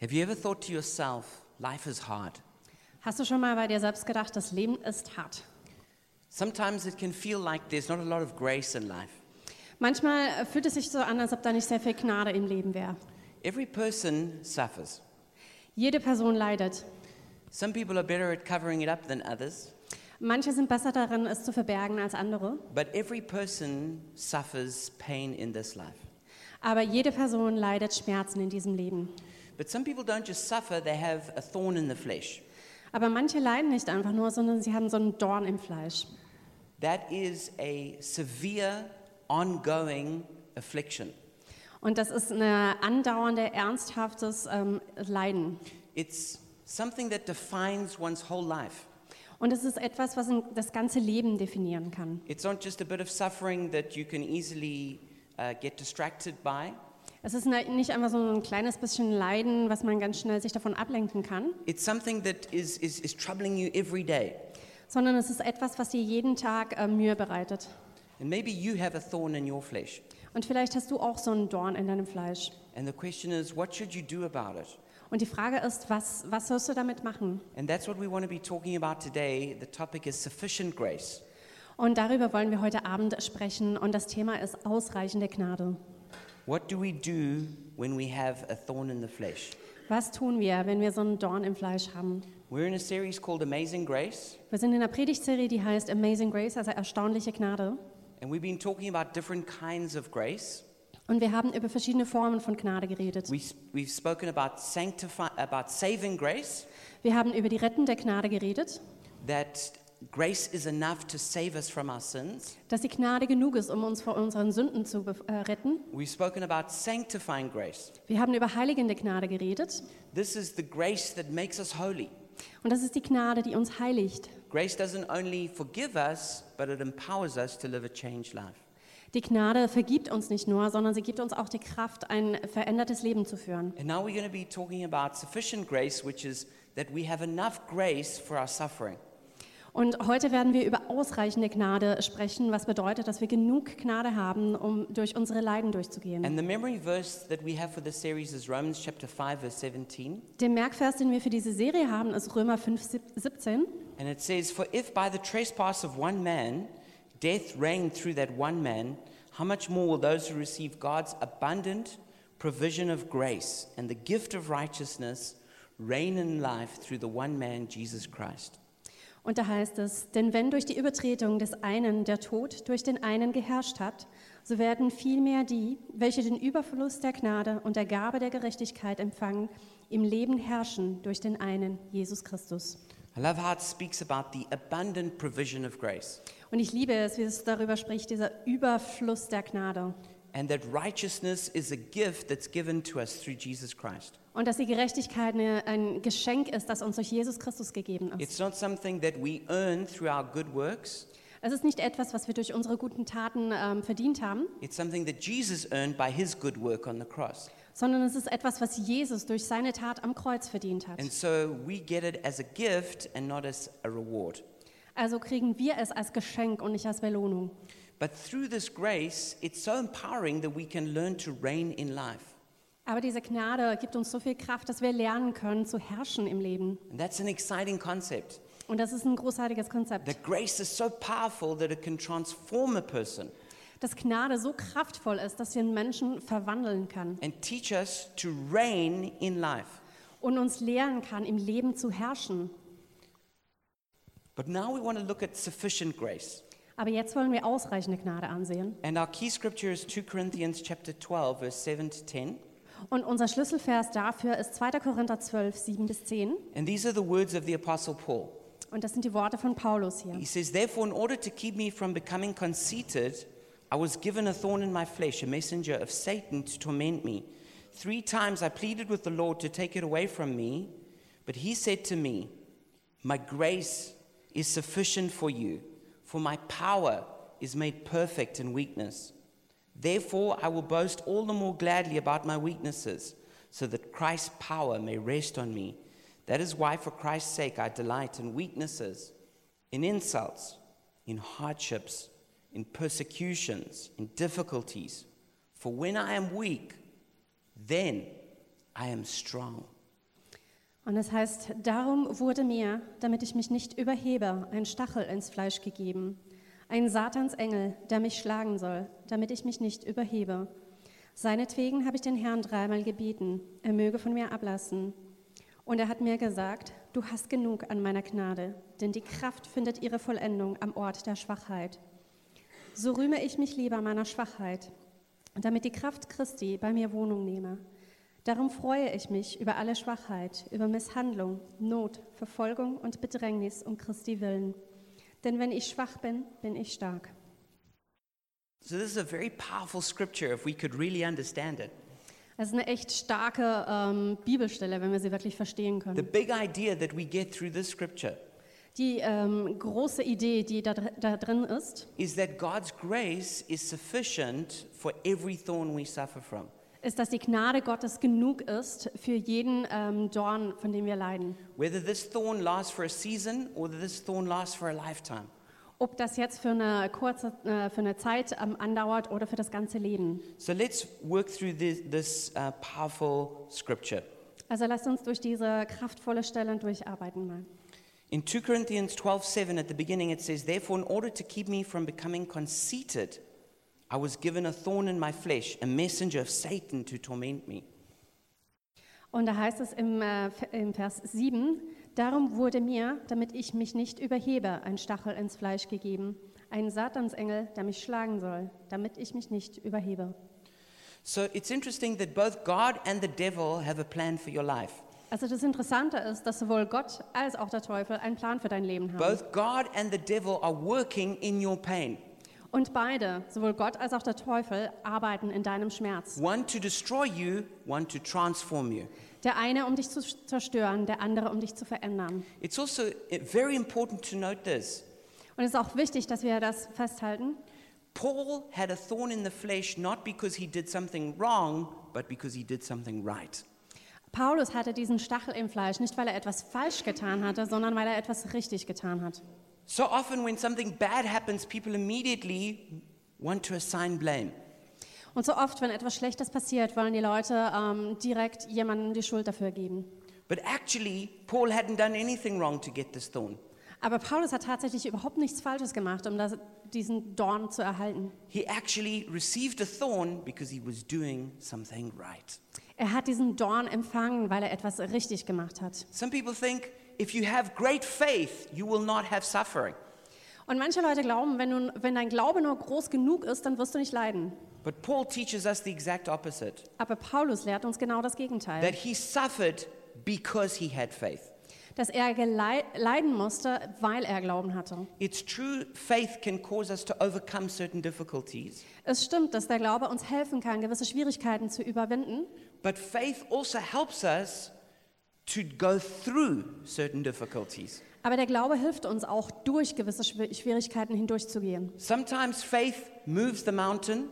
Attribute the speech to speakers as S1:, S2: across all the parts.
S1: Have you ever thought to yourself, life is hard?
S2: Hast du schon mal bei dir selbst gedacht, das Leben ist hart?
S1: Sometimes it can feel like there's not a lot of grace in life.
S2: Manchmal äh, fühlt es sich so an, als ob da nicht sehr viel Gnade im Leben wäre.
S1: Every person suffers.
S2: Jede Person leidet.
S1: Some people are better at covering it up than others,
S2: Manche sind besser darin, es zu verbergen als andere.
S1: but every person suffers pain in this life.
S2: Aber jede Person leidet Schmerzen in diesem Leben.
S1: But some people don't just suffer, they have a thorn in the flesh.
S2: Aber manche leiden nicht einfach nur, sondern sie haben so einen Dorn im Fleisch.
S1: That is a severe, ongoing affliction.
S2: Und das ist ein andauernde, ernsthaftes ähm, Leiden.
S1: It's something that defines one's whole life.
S2: Und es ist etwas, was ein- das ganze Leben definieren kann.
S1: It's not just a bit of suffering that you can easily uh, get distracted by.
S2: Es ist ne- nicht einfach so ein kleines bisschen Leiden, was man ganz schnell sich davon ablenken kann,
S1: It's something that is, is, is troubling you every day.
S2: sondern es ist etwas, was dir jeden Tag äh, Mühe bereitet.
S1: And maybe you have a thorn in your flesh.
S2: Und vielleicht hast du auch so einen Dorn in deinem Fleisch.
S1: And the question is, what should you do about it?
S2: Und die Frage ist, was, was sollst du damit machen?
S1: And that's what we want to be talking about today. The topic is sufficient grace.
S2: Und darüber wollen wir heute Abend sprechen. Und das Thema ist ausreichende Gnade.
S1: What do we do when we have a thorn in the flesh?
S2: Was tun wir, wenn wir so einen Dorn im Fleisch haben?
S1: We're in a series called Amazing Grace,
S2: Wir sind in einer Predigtserie, die heißt Amazing Grace, also erstaunliche Gnade.
S1: and we've been talking about different kinds of grace.
S2: Und wir haben über verschiedene Formen von Gnade geredet.
S1: We, we've spoken about sanctify, about saving grace,
S2: Wir haben über die rettende Gnade geredet,
S1: that grace is enough to save us from our sins.
S2: dass die Gnade genug ist, um uns vor unseren Sünden zu bef- äh, retten.
S1: We've spoken about sanctifying grace.
S2: Wir haben über heiligende Gnade geredet.
S1: This is the grace that makes us holy.
S2: Und das ist die Gnade, die uns heiligt.
S1: Grace doesn't only forgive us, but it empowers us to live a changed life.
S2: Die Gnade vergibt uns nicht nur, sondern sie gibt uns auch die Kraft, ein verändertes Leben zu führen.
S1: And now we're going to be talking about sufficient grace, which is that we have enough grace for our suffering.
S2: Und heute werden wir über ausreichende Gnade sprechen, was bedeutet, dass wir genug Gnade haben, um durch unsere Leiden durchzugehen.
S1: And the memory verse that we have for this series is Romans chapter 5 verse 17,
S2: Der Merkvers, den wir für diese Serie haben, ist Römer 5, sieb- 17.
S1: and it says, "For if by the trespass of one man death reigned through that one man, how much more will those who receive God's abundant provision of grace and the gift of righteousness reign in life through the one man Jesus Christ?"
S2: Und da heißt es, denn wenn durch die Übertretung des einen der Tod durch den einen geherrscht hat, so werden vielmehr die, welche den Überfluss der Gnade und der Gabe der Gerechtigkeit empfangen, im Leben herrschen durch den einen, Jesus Christus.
S1: I love how it speaks about the abundant provision of grace
S2: Und ich liebe es, wie es darüber spricht, dieser Überfluss der Gnade.
S1: and that righteousness is a gift that's given to us through Jesus Christ.
S2: Und dass die Gerechtigkeit eine, ein Geschenk ist, das uns durch Jesus Christus gegeben ist.
S1: It's not something that we earn through our good works.
S2: Es ist nicht etwas, was wir durch unsere guten Taten ähm, verdient haben,
S1: It's something that Jesus earned by his good work on the cross.
S2: sondern es ist etwas, was Jesus durch seine Tat am Kreuz verdient hat.
S1: And so we get it as a gift and not as a reward.
S2: Also kriegen wir es als Geschenk und nicht als Belohnung.
S1: But through this grace, it's so empowering that we can learn to reign in life.
S2: Aber diese Gnade gibt uns so viel Kraft, dass wir lernen können zu herrschen im Leben.
S1: And that's an exciting concept.
S2: Und das ist ein großartiges Konzept.
S1: That grace is so powerful that it can transform a person
S2: Dass Gnade so kraftvoll ist, dass sie einen Menschen verwandeln kann
S1: and teach us to reign in life.
S2: und uns lehren kann, im Leben zu herrschen.
S1: But now we want to look at sufficient grace.
S2: Aber jetzt wollen wir ausreichende Gnade ansehen.
S1: And our key scripture is 2 Corinthians chapter 12 verse 7 to 10.
S2: Und unser Schlüsselvers dafür ist 2. Korinther 12, 7 bis 10.
S1: And these are the words of the apostle Paul.
S2: Und das sind die Worte von Paulus hier.
S1: He says, Therefore, in order to keep me from becoming conceited, I was given a thorn in my flesh, a messenger of Satan to torment me. Three times I pleaded with the Lord to take it away from me, but he said to me, My grace is sufficient for you, for my power is made perfect in weakness. Therefore, I will boast all the more gladly about my weaknesses, so that Christ's power may rest on me. That is why, for Christ's sake, I delight in weaknesses, in insults, in hardships, in persecutions, in difficulties. For when I am weak, then I am strong.
S2: Und es heißt, darum wurde mir, damit ich mich nicht überhebe, ein Stachel ins Fleisch gegeben, ein Satans Engel, der mich schlagen soll, damit ich mich nicht überhebe. Seinetwegen habe ich den Herrn dreimal gebeten, er möge von mir ablassen. Und er hat mir gesagt, du hast genug an meiner Gnade, denn die Kraft findet ihre Vollendung am Ort der Schwachheit. So rühme ich mich lieber meiner Schwachheit, damit die Kraft Christi bei mir Wohnung nehme. Darum freue ich mich über alle Schwachheit, über Misshandlung, Not, Verfolgung und Bedrängnis um Christi willen. Denn wenn ich schwach bin, bin ich stark.
S1: So, this is a very powerful scripture if we could really understand it.
S2: Das ist eine echt starke ähm, Bibelstelle, wenn wir sie wirklich
S1: The
S2: verstehen können.
S1: big idea that we get through this scripture
S2: Die ähm, große Idee, die da, dr- da drin ist,
S1: is that God's grace is sufficient for every thorn we suffer from.
S2: ist, dass die Gnade Gottes genug ist für jeden ähm, Dorn, von dem wir leiden.
S1: Whether this thorn lasts for a season or whether this thorn lasts for a lifetime.
S2: Ob das jetzt für eine kurze äh, für eine Zeit ähm, andauert oder für das ganze Leben.
S1: So let's work through this, this uh, powerful scripture.
S2: Also lasst uns durch diese kraftvolle Stelle durcharbeiten mal.
S1: In 2 Corinthians 12 7, at the beginning, it says, Therefore, in order to keep me from becoming conceited, I was given a thorn in my flesh, a messenger of Satan to torment me.
S2: Und da heißt es im, äh, im Vers 7, darum wurde mir, damit ich mich nicht überhebe, ein Stachel ins Fleisch gegeben, ein Satansengel, der mich schlagen soll, damit ich mich nicht überhebe.
S1: So it's interesting that both God and the devil have a plan for your life.
S2: Also das Interessante ist, dass sowohl Gott als auch der Teufel einen Plan für dein Leben haben.
S1: Both God and the devil are working in your pain.
S2: Und beide, sowohl Gott als auch der Teufel, arbeiten in deinem Schmerz.
S1: One to destroy you, one to transform you.
S2: Der eine, um dich zu zerstören, der andere, um dich zu verändern.
S1: It's also eh, very important to note this.
S2: Und es ist auch wichtig, dass wir das festhalten.
S1: Paul had a thorn in the flesh not because he did something wrong, but because he did something right.
S2: Paulus hatte diesen Stachel im Fleisch, nicht weil er etwas falsch getan hatte, sondern weil er etwas richtig getan hat.
S1: So often, when something bad happens, people immediately want to assign blame.
S2: Und so oft, wenn etwas Schlechtes passiert, wollen die Leute ähm, direkt jemandem die Schuld dafür geben.
S1: But actually, Paul hadn't done anything wrong to get this thorn.
S2: Aber Paulus hat tatsächlich überhaupt nichts Falsches gemacht, um das, diesen Dorn zu erhalten.
S1: He actually received a thorn because he was doing something right.
S2: Er hat diesen Dorn empfangen, weil er etwas richtig gemacht hat.
S1: Some people think if you have great faith, you will not have suffering.
S2: Und manche Leute glauben, wenn, du, wenn dein Glaube nur groß genug ist, dann wirst du nicht leiden.
S1: But Paul teaches us the exact opposite
S2: Aber Paulus lehrt uns genau das Gegenteil.
S1: that he suffered because he had faith.
S2: Dass er gelei- leiden musste, weil er Glauben hatte.
S1: It's true, faith can cause us to overcome certain difficulties,
S2: Es stimmt, dass der Glaube uns helfen kann, gewisse Schwierigkeiten zu überwinden.
S1: but faith also helps us to go through certain difficulties.
S2: Aber der Glaube hilft uns auch, durch gewisse Schw- Schwierigkeiten hindurchzugehen.
S1: Sometimes faith moves the mountain,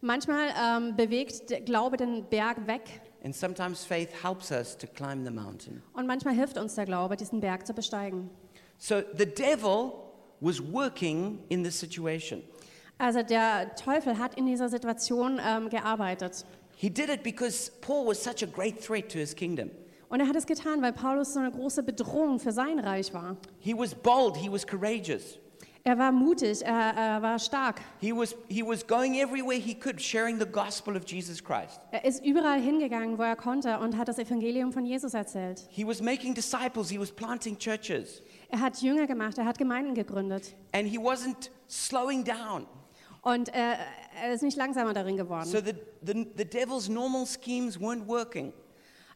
S2: Manchmal ähm, bewegt der Glaube den Berg weg
S1: and sometimes faith helps us to climb the mountain.
S2: und manchmal hilft uns der Glaube, diesen Berg zu besteigen.
S1: So the devil was working in this situation.
S2: Also der Teufel hat in dieser Situation ähm, gearbeitet.
S1: He did it because Paul was such a great threat to his kingdom.
S2: Und er hat es getan, weil Paulus so eine große Bedrohung für sein Reich war.
S1: He was bold, he was courageous.
S2: Er war mutig, er, er war stark.
S1: He was, he was going everywhere he could, sharing the gospel of Jesus Christ.
S2: Er ist überall hingegangen, wo er konnte und hat das Evangelium von Jesus erzählt.
S1: He was making disciples, he was planting churches,
S2: Er hat Jünger gemacht, er hat Gemeinden gegründet.
S1: and he wasn't slowing down.
S2: Und er, er ist nicht langsamer darin geworden.
S1: So the, the, the devil's normal schemes weren't working.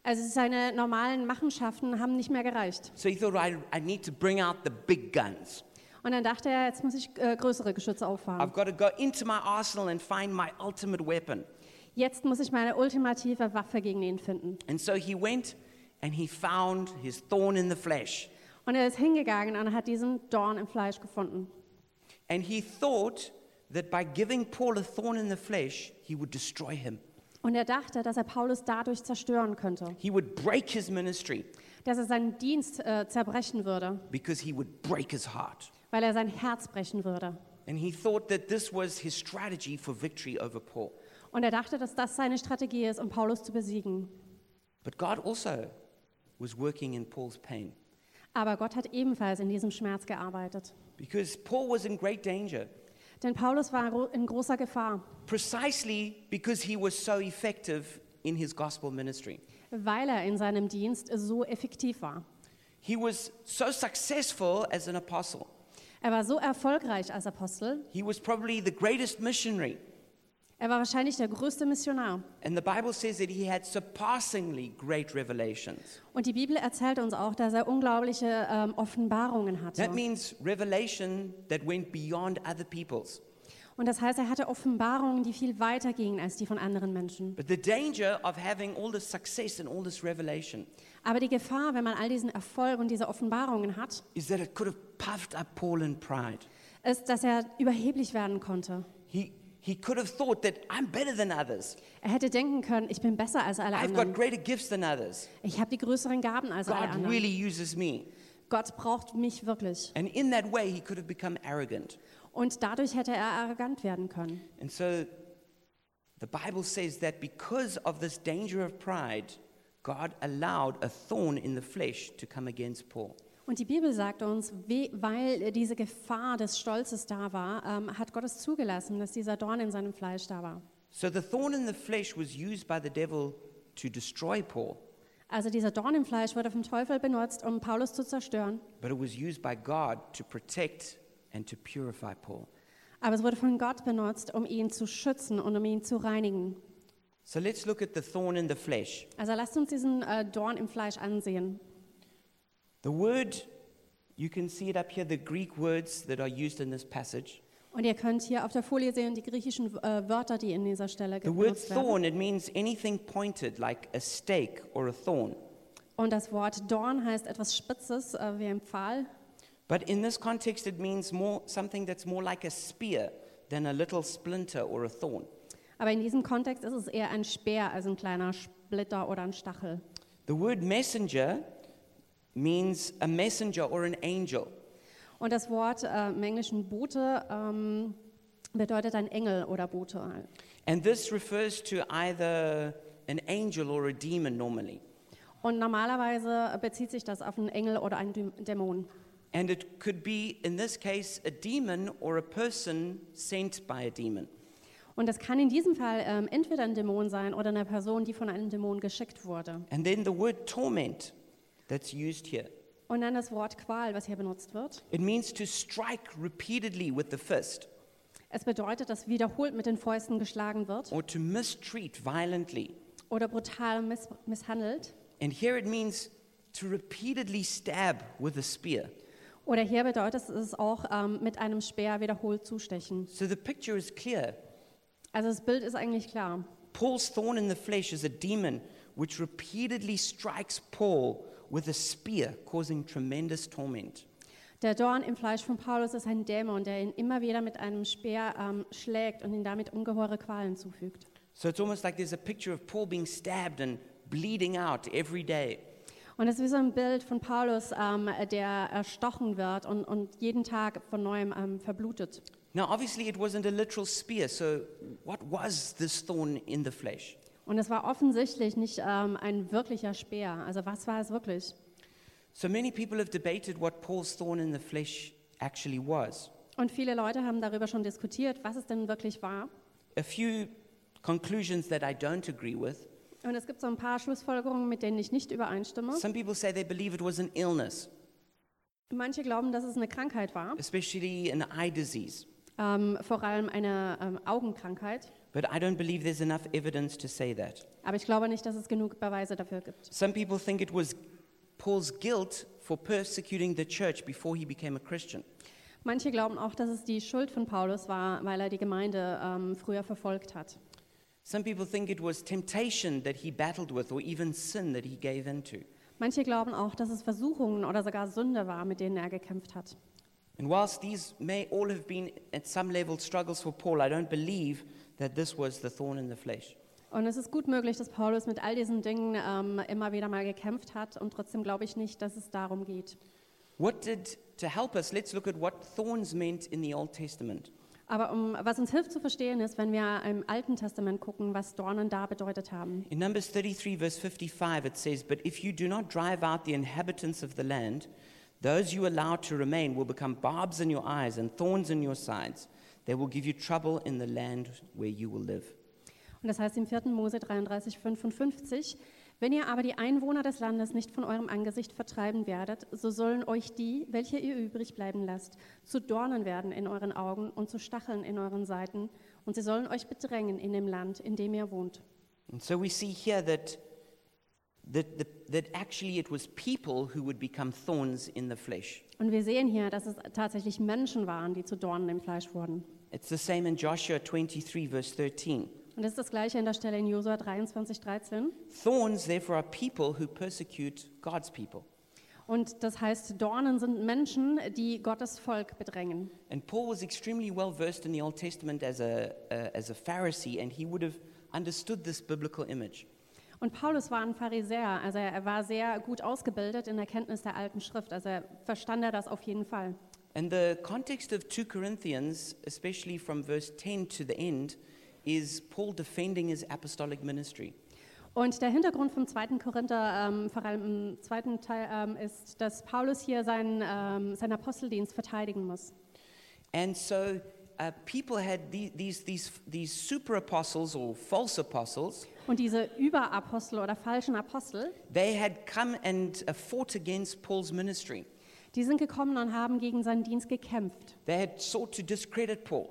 S2: Also seine normalen Machenschaften haben nicht mehr gereicht.
S1: So he thought, I, I need to bring out the big guns.
S2: Und dann dachte er, jetzt muss ich äh, größere Geschütze auffahren.
S1: I've got to go into my arsenal and find my ultimate weapon.
S2: Jetzt muss ich meine ultimative Waffe gegen ihn finden.
S1: And so he went and he found his thorn in the flesh.
S2: Und er ist hingegangen und hat diesen Dorn im Fleisch gefunden.
S1: And he thought that by giving Paul a thorn in the flesh, he would destroy him.
S2: Und er dachte, dass er Paulus dadurch zerstören könnte,
S1: He would break his ministry
S2: dass er seinen Dienst äh, zerbrechen würde,
S1: because he would break his heart.
S2: weil er sein Herz brechen würde.
S1: And he thought that this was his strategy for victory over Paul.
S2: Und er dachte, dass das seine Strategie ist, um Paulus zu besiegen.
S1: But God also was working in Paul's pain.
S2: Aber Gott hat ebenfalls in diesem Schmerz gearbeitet.
S1: Because Paul was in great danger,
S2: Denn Paulus war gro- in großer Gefahr,
S1: precisely because he was so effective in his gospel ministry.
S2: weil er in seinem Dienst so effektiv war.
S1: He was so successful as an apostle.
S2: Er war so erfolgreich als Apostel.
S1: He was probably the greatest missionary.
S2: Er war wahrscheinlich der größte Missionar.
S1: And the Bible says that he had surpassingly great revelations.
S2: Und die Bibel erzählt uns auch, dass er unglaubliche ähm, Offenbarungen hatte.
S1: That means revelation that went beyond other people's.
S2: Und das heißt, er hatte Offenbarungen, die viel weiter gingen als die von anderen Menschen.
S1: But the danger of having all this success and all this revelation
S2: Aber die Gefahr, wenn man all diesen Erfolg und diese Offenbarungen hat,
S1: is that it could have puffed up Paul in pride.
S2: ist, dass er überheblich werden konnte.
S1: He, he could have thought that I'm better than others.
S2: Er hätte denken können, ich bin besser als alle
S1: I've got
S2: anderen.
S1: greater gifts than others.
S2: Ich habe die größeren Gaben als alle
S1: God
S2: anderen.
S1: really uses me.
S2: Gott braucht mich wirklich.
S1: And in that way, he could have become arrogant.
S2: Und dadurch hätte er arrogant werden können.
S1: And so the Bible says that because of this danger of pride, God allowed a thorn in the flesh to come against Paul.
S2: Und die Bibel sagt uns, we- weil diese Gefahr des Stolzes da war, ähm, hat Gott es zugelassen, dass dieser Dorn in seinem Fleisch da war.
S1: So the thorn in the flesh was used by the devil to destroy Paul,
S2: Also dieser Dorn im Fleisch wurde vom Teufel benutzt, um Paulus zu zerstören.
S1: but it was used by God to protect and to purify Paul.
S2: Aber es wurde von Gott benutzt, um ihn zu schützen und um ihn zu reinigen.
S1: So let's look at the thorn in the flesh.
S2: Also lasst uns diesen äh, Dorn im Fleisch ansehen.
S1: The word, you can see it up here, the Greek words that are used in this passage.
S2: Und ihr könnt hier auf der Folie sehen die griechischen äh, Wörter, die in dieser Stelle
S1: The word
S2: genutzt werden.
S1: thorn, it means anything pointed, like a stake or a thorn.
S2: Und das Wort Dorn heißt etwas Spitzes, äh, wie ein Pfahl.
S1: But in this context, it means more something that's more like a spear than a little splinter or a thorn.
S2: Aber in diesem Kontext ist es eher ein Speer, also ein kleiner Splitter oder ein Stachel.
S1: The word messenger means a messenger or an angel.
S2: Und das Wort äh, im Englischen Bote ähm, bedeutet ein Engel oder Bote.
S1: And this refers to either an angel or a demon normally.
S2: Und normalerweise bezieht sich das auf einen Engel oder einen Dä- Dämon.
S1: And it could be, in this case, a demon or a person sent by a demon.
S2: Und das kann in diesem Fall ähm, entweder ein Dämon sein oder eine Person, die von einem Dämon geschickt wurde.
S1: And then the word torment that's used here.
S2: Und dann das Wort Qual, was hier benutzt wird.
S1: It means to strike repeatedly with the fist
S2: Es bedeutet, dass wiederholt mit den Fäusten geschlagen wird
S1: or to mistreat violently.
S2: oder brutal miss misshandelt.
S1: And here it means to repeatedly stab with a spear.
S2: Oder hier bedeutet es auch ähm, mit einem Speer wiederholt zustechen.
S1: So the picture is clear.
S2: Also das Bild ist eigentlich klar.
S1: Paul's thorn in the flesh is a demon which repeatedly strikes Paul with a spear, causing tremendous torment.
S2: Der Dorn im Fleisch von Paulus ist ein Dämon, der ihn immer wieder mit einem Speer ähm, schlägt und ihm damit ungeheure Qualen zufügt.
S1: So it's almost like there's a picture of Paul being stabbed and bleeding out every day.
S2: Und es ist wie so ein Bild von Paulus, ähm, der erstochen wird und, und jeden Tag von neuem ähm, verblutet.
S1: Now, obviously, it wasn't a literal spear, so what was this thorn in the flesh?
S2: Und es war offensichtlich nicht ähm, ein wirklicher Speer. Also was war es wirklich?
S1: So many people have debated what Paul's thorn in the flesh actually was.
S2: Und viele Leute haben darüber schon diskutiert, was es denn wirklich war.
S1: A few conclusions that I don't agree with.
S2: Und es gibt so ein paar Schlussfolgerungen, mit denen ich nicht übereinstimme.
S1: Some people say they believe it was an illness,
S2: Manche glauben, dass es eine Krankheit war,
S1: especially an eye disease.
S2: ähm, vor allem eine ähm, Augenkrankheit.
S1: But I don't believe there's enough evidence to say that.
S2: Aber ich glaube nicht, dass es genug Beweise dafür gibt.
S1: Some people think it was Paul's guilt for persecuting the church before he became a Christian.
S2: Manche glauben auch, dass es die Schuld von Paulus war, weil er die Gemeinde ähm, früher verfolgt hat.
S1: Some people think it was temptation that he battled with or even sin that he gave into.
S2: Manche glauben auch, dass es Versuchungen oder sogar Sünde war, mit denen er gekämpft hat.
S1: And whilst these may all have been at some level struggles for Paul, I don't believe that this was the thorn in the flesh.
S2: Und es ist gut möglich, dass Paulus mit all diesen Dingen ähm, immer wieder mal gekämpft hat. Und trotzdem glaube ich nicht, dass es darum geht.
S1: What did, to help us, let's look at what thorns meant in the Old Testament.
S2: Aber um, was uns hilft zu verstehen ist, wenn wir im Alten Testament gucken, was Dornen da bedeutet haben.
S1: In Numbers 33, verse 55, it says, But if you do not drive out the inhabitants of the land, those you allow to remain will become barbs in your eyes and thorns in your sides. They will give you trouble in the land where you will live.
S2: Und das heißt im 4. Mose 33, 55, wenn ihr aber die Einwohner des Landes nicht von eurem Angesicht vertreiben werdet, so sollen euch die, welche ihr übrig bleiben lasst, zu Dornen werden in euren Augen und zu Stacheln in euren Seiten, und sie sollen euch bedrängen in dem Land, in dem ihr wohnt.
S1: And so we see here that, that, that, that actually it was people who would become thorns in the flesh.
S2: Und wir sehen hier, dass es tatsächlich Menschen waren, die zu Dornen im Fleisch wurden.
S1: It's the same in Joshua 23, verse 13.
S2: Und das ist das gleiche an der Stelle in Josua 23, 13.
S1: Thorns, therefore, are people who persecute God's people.
S2: Und das heißt, Dornen sind Menschen, die Gottes Volk bedrängen.
S1: And Paul was extremely well versed in the Old Testament as a, uh, as a Pharisee, and he would have understood this biblical image.
S2: Und Paulus war ein Pharisäer, also er er war sehr gut ausgebildet in der Kenntnis der alten Schrift, also er verstand er das auf jeden Fall.
S1: And the context of 2 Corinthians, especially from verse 10 to the end, is Paul defending his apostolic ministry.
S2: Und der Hintergrund vom zweiten Korinther, ähm, vor allem im zweiten Teil, ähm, ist, dass Paulus hier seinen, ähm, seinen Aposteldienst verteidigen muss.
S1: And so uh, people had the, these, these, these super apostles or false apostles,
S2: Und diese Überapostel oder falschen Apostel,
S1: they had come and uh, fought against Paul's ministry.
S2: die sind gekommen und haben gegen seinen Dienst gekämpft.
S1: They had sought to discredit Paul,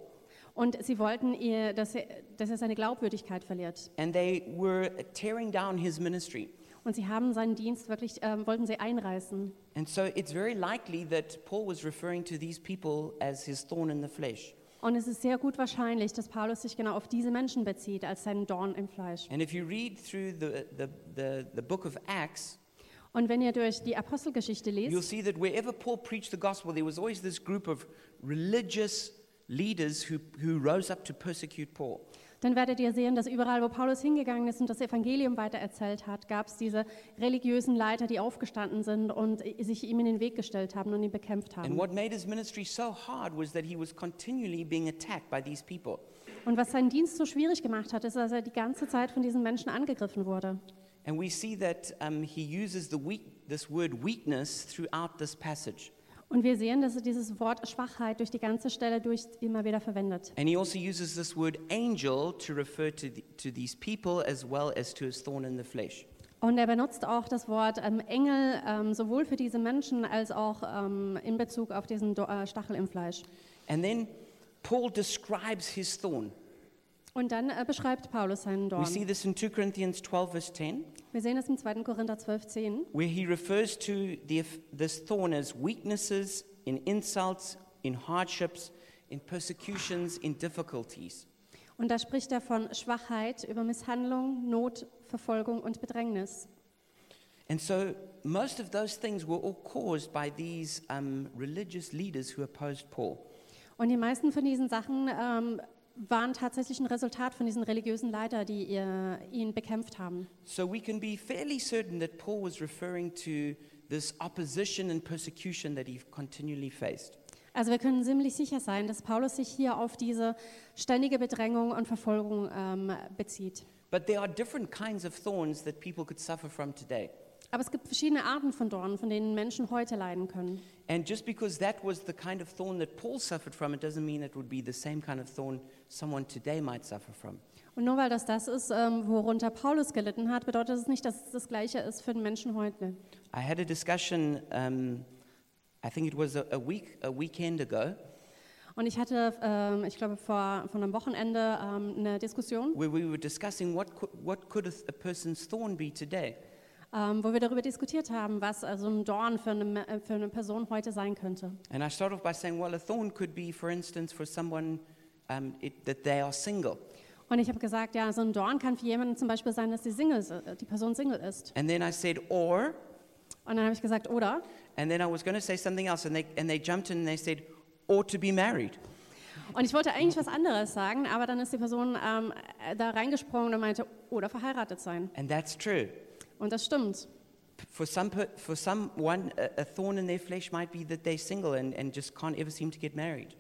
S2: Und sie wollten, ihr, dass, er, dass er seine Glaubwürdigkeit verliert.
S1: and they were tearing down his ministry.
S2: Und sie haben seinen Dienst wirklich, ähm, wollten sie einreißen.
S1: And so it's very likely that Paul was referring to these people as his thorn in the flesh.
S2: Und es ist sehr gut wahrscheinlich, dass Paulus sich genau auf diese Menschen bezieht, als seinen Dorn im Fleisch.
S1: And if you read through the, the, the, the book of Acts,
S2: Und wenn ihr durch die Apostelgeschichte
S1: You'll
S2: lest,
S1: see that wherever Paul preached the gospel, there was always this group of religious leaders who, who rose up to persecute Paul.
S2: dann werdet ihr sehen, dass überall, wo Paulus hingegangen ist und das Evangelium weitererzählt hat, gab es diese religiösen Leiter, die aufgestanden sind und sich ihm in den Weg gestellt haben und ihn bekämpft
S1: And
S2: haben.
S1: what made his ministry so hard was that he was continually being attacked by these people.
S2: Und was seinen Dienst so schwierig gemacht hat, ist, dass er die ganze Zeit von diesen Menschen angegriffen wurde.
S1: And we see that um, he uses the weak, this word weakness throughout this passage.
S2: Und wir sehen, dass er dieses Wort Schwachheit durch die ganze Stelle durch immer wieder verwendet.
S1: And he also uses this word angel to refer to, the, to these people as well as to his thorn in the flesh.
S2: Und er benutzt auch das Wort ähm, Engel ähm, sowohl für diese Menschen als auch ähm, in Bezug auf diesen Do äh, Stachel im Fleisch.
S1: And then Paul describes his thorn.
S2: Und dann äh, beschreibt Paulus seinen
S1: We
S2: Dorn.
S1: see this in 2 Corinthians 12, verse 10.
S2: Wir sehen das im 2. Korinther 12, 10.
S1: where he refers to the, this thorn as weaknesses, in insults, in hardships, in persecutions, in difficulties.
S2: Und da spricht er von Schwachheit über Misshandlung, Not, Verfolgung und Bedrängnis.
S1: And so most of those things were all caused by these um, religious leaders who opposed Paul.
S2: Und die meisten von diesen Sachen ähm, waren tatsächlich ein Resultat von diesen religiösen Leiter, die ihr, ihn bekämpft haben.
S1: So we can be fairly certain that Paul was referring to this opposition and persecution that he continually faced.
S2: Also wir können ziemlich sicher sein, dass Paulus sich hier auf diese ständige Bedrängung und Verfolgung ähm, bezieht.
S1: But there are different kinds of thorns that people could suffer from today.
S2: Aber es gibt verschiedene Arten von Dornen, von denen Menschen heute leiden können.
S1: And just because that was the kind of thorn that Paul suffered from, it doesn't mean it would be the same kind of thorn someone today might suffer from.
S2: Und nur weil das das ist, ähm, worunter Paulus gelitten hat, bedeutet es nicht, dass es das Gleiche ist für den Menschen heute.
S1: I had a discussion, um, I think it was a, a week, a weekend ago,
S2: Und ich hatte, ähm, ich glaube, vor, vor einem Wochenende ähm, eine Diskussion,
S1: where we were discussing what could, what could a, th- a person's thorn be today.
S2: ähm, wo wir darüber diskutiert haben, was äh, so ein Dorn für eine, Me- äh, für eine Person heute sein könnte.
S1: And I started off by saying, well, a thorn could be, for instance, for someone um, it, that they are single.
S2: Und ich habe gesagt, ja, so ein Dorn kann für jemanden zum Beispiel sein, dass die, Single, si- die Person Single ist.
S1: And then I said, or,
S2: Und dann habe ich gesagt, oder?
S1: and then I was going to say something else, and they, and they jumped in and they said, or to be married.
S2: Und ich wollte eigentlich was anderes sagen, aber dann ist die Person ähm, äh, da reingesprungen und meinte, oder verheiratet sein.
S1: And that's true.
S2: Und das stimmt.
S1: P- For some, per- for someone, a, a thorn in their flesh might be that they're single and, and just can't ever seem to get married.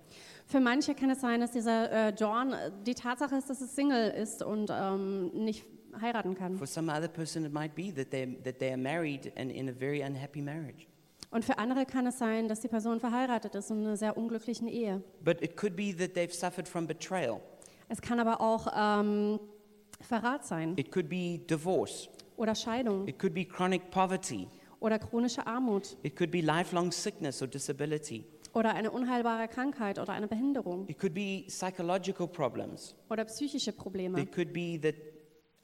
S2: Für manche kann es sein, dass dieser äh, Dorn äh, die Tatsache ist, dass es Single ist und ähm, nicht heiraten kann.
S1: For some other person, it might be that they that they are married and in a very unhappy marriage.
S2: Und für andere kann es sein, dass die Person verheiratet ist und in einer sehr unglücklichen Ehe.
S1: But it could be that they've suffered from betrayal.
S2: Es kann aber auch ähm, Verrat sein
S1: It could be divorce.
S2: oder Scheidung
S1: It could be chronic poverty.
S2: oder chronische Armut
S1: It could be lifelong sickness or disability.
S2: oder eine unheilbare Krankheit oder eine Behinderung
S1: It could be psychological problems.
S2: oder psychische Probleme.
S1: It could be that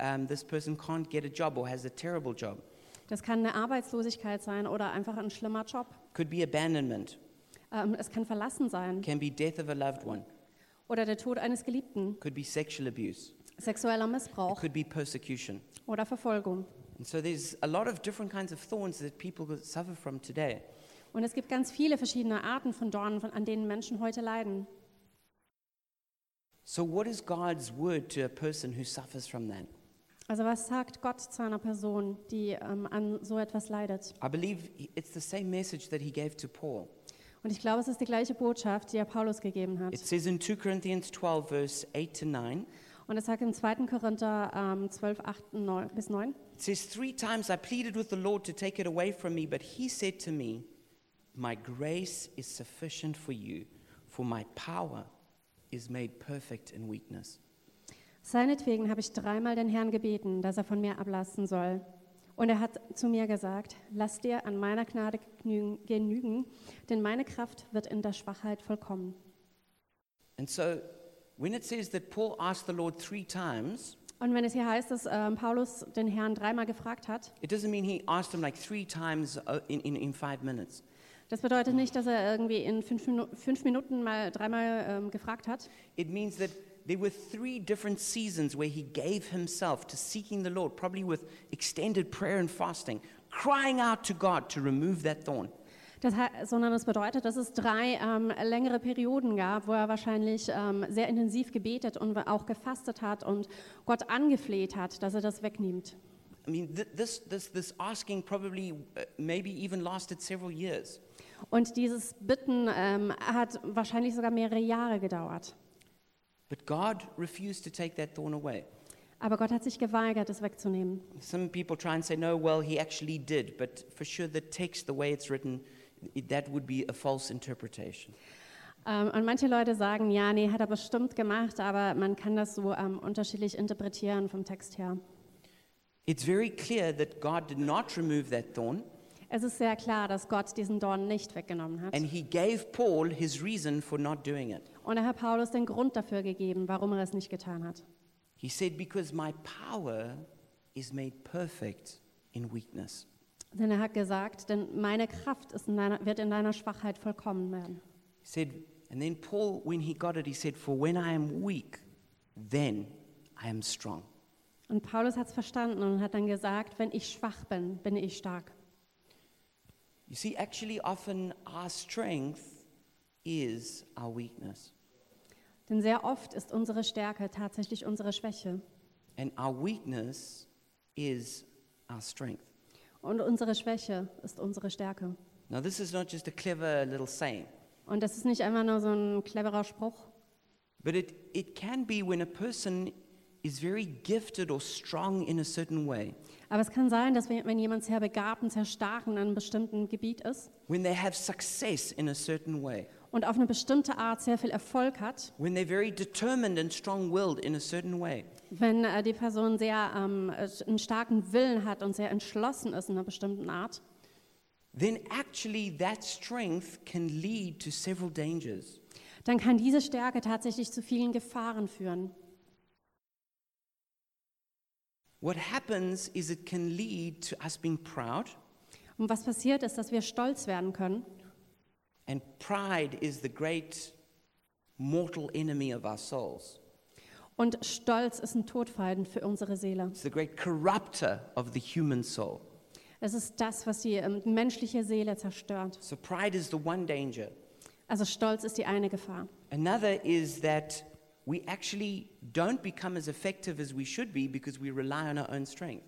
S1: um, this person can't get a job or has a terrible job.
S2: Das kann eine Arbeitslosigkeit sein oder einfach ein schlimmer Job.
S1: Could be abandonment.
S2: Ähm, es kann verlassen sein
S1: Can be death of a loved one.
S2: oder der Tod eines Geliebten,
S1: Could be sexual abuse.
S2: sexueller
S1: It
S2: Missbrauch
S1: could be persecution.
S2: oder Verfolgung.
S1: And so there's a lot of different kinds of thorns that people suffer from today.
S2: Und es gibt ganz viele verschiedene Arten von Dornen, von, an denen Menschen heute leiden.
S1: So, what is God's word to a person who suffers from that?
S2: Also was sagt Gott zu einer Person, die ähm, an so etwas leidet?
S1: I believe it's the same message that he gave to Paul.
S2: Und ich glaube, es ist die gleiche Botschaft, die er Paulus gegeben hat.
S1: It says in 2 Corinthians 12, verse 8 to 9,
S2: Und es sagt im 2. Korinther ähm, 12, 8 9, bis 9.
S1: it says, Three times I pleaded with the Lord to take it away from me, but he said to me, My grace is sufficient for you, for my power is made perfect in weakness.
S2: Seinetwegen habe ich dreimal den Herrn gebeten, dass er von mir ablassen soll. Und er hat zu mir gesagt, lass dir an meiner Gnade genügen- genügen, denn meine Kraft wird in der Schwachheit vollkommen.
S1: And so, when it says that Paul asked the Lord three times,
S2: Und wenn es hier heißt, dass ähm, Paulus den Herrn dreimal gefragt hat,
S1: it doesn't mean he asked him like three times uh, in, in, in five minutes.
S2: das bedeutet nicht, dass er irgendwie in fünf, Minu fünf Minuten mal dreimal ähm, gefragt hat,
S1: It means that there were three different seasons where he gave himself to seeking the Lord, probably with extended prayer and fasting, crying out to God to remove that thorn.
S2: Das he- sondern es bedeutet, dass es drei ähm, längere Perioden gab, wo er wahrscheinlich ähm, sehr intensiv gebetet und auch gefastet hat und Gott angefleht hat, dass er das wegnimmt.
S1: I mean, th- this, this, this asking probably uh, maybe even lasted several years.
S2: Und dieses Bitten ähm, hat wahrscheinlich sogar mehrere Jahre gedauert.
S1: But God refused to take that thorn away.
S2: Aber Gott hat sich geweigert, es wegzunehmen.
S1: Some people try and say, no, well, he actually did. But for sure, the text, the way it's written, it, that would be a false interpretation.
S2: Ähm, und manche Leute sagen, ja, nee, hat er bestimmt gemacht, aber man kann das so ähm, unterschiedlich interpretieren vom Text her.
S1: It's very clear that God did not remove that thorn.
S2: Es ist sehr klar, dass Gott diesen Dorn nicht weggenommen hat.
S1: And he gave Paul his reason for not doing it.
S2: Und er hat Paulus den Grund dafür gegeben, warum er es nicht getan hat.
S1: He said, Because my power is made perfect in weakness.
S2: Denn er hat gesagt, denn meine Kraft ist in deiner, wird in deiner Schwachheit vollkommen werden.
S1: He said, and then Paul, when he got it, he said, For when I am weak, then I am strong.
S2: Und Paulus hat es verstanden und hat dann gesagt, wenn ich schwach bin, bin ich stark.
S1: You see, actually, often our strength is our weakness,
S2: Denn sehr oft ist unsere Stärke tatsächlich unsere Schwäche.
S1: and our weakness is our strength.
S2: Und unsere Schwäche ist unsere Stärke.
S1: Now, this is not just a clever little saying,
S2: Und das ist nicht einfach nur so ein cleverer Spruch,
S1: But it, it can be when a person is very gifted or strong in a certain way,
S2: aber es kann sein, dass wenn wenn jemand sehr begabt und sehr stark in einem bestimmten Gebiet ist
S1: when they have success in a certain way,
S2: und auf eine bestimmte Art sehr viel Erfolg hat,
S1: when they're very determined and strong willed in a certain way.
S2: wenn äh, die Person sehr ähm, äh, einen starken Willen hat und sehr entschlossen ist in einer bestimmten Art,
S1: Then actually, that strength can lead to several dangers.
S2: dann kann diese Stärke tatsächlich zu vielen Gefahren führen.
S1: What happens is it can lead to us being proud,
S2: Und was passiert ist, dass wir stolz werden können.
S1: and pride is the great mortal enemy of our souls.
S2: Und Stolz ist ein Todfeind für unsere Seele.
S1: It's the great corrupter of the human soul.
S2: Es ist das, was die ähm, menschliche Seele zerstört.
S1: So, pride is the one danger.
S2: Also Stolz ist die eine Gefahr.
S1: Another is that we actually don't become as effective as we should be because we rely on our own strength.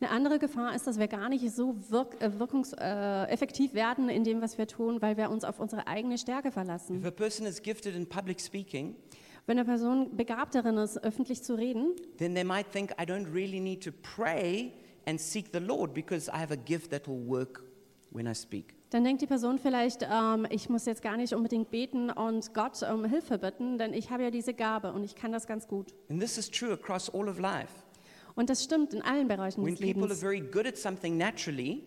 S2: Eine Eine andere Gefahr ist, dass wir gar nicht so wirk äh, wirkungs äh, effektiv werden in dem, was wir tun, weil wir uns auf unsere eigene Stärke
S1: If
S2: verlassen.
S1: a person is gifted in public speaking,
S2: Wenn eine Person begabt darin ist, öffentlich zu reden,
S1: then they might think, I don't really need to pray and seek the Lord because I have a gift that will work when I speak.
S2: dann denkt die Person vielleicht, ähm, ich muss jetzt gar nicht unbedingt beten und Gott um Hilfe bitten, denn ich habe ja diese Gabe und ich kann das ganz gut.
S1: And this is true across all of life.
S2: Und das stimmt in allen Bereichen
S1: When
S2: des
S1: people are
S2: Lebens.
S1: very good at something naturally,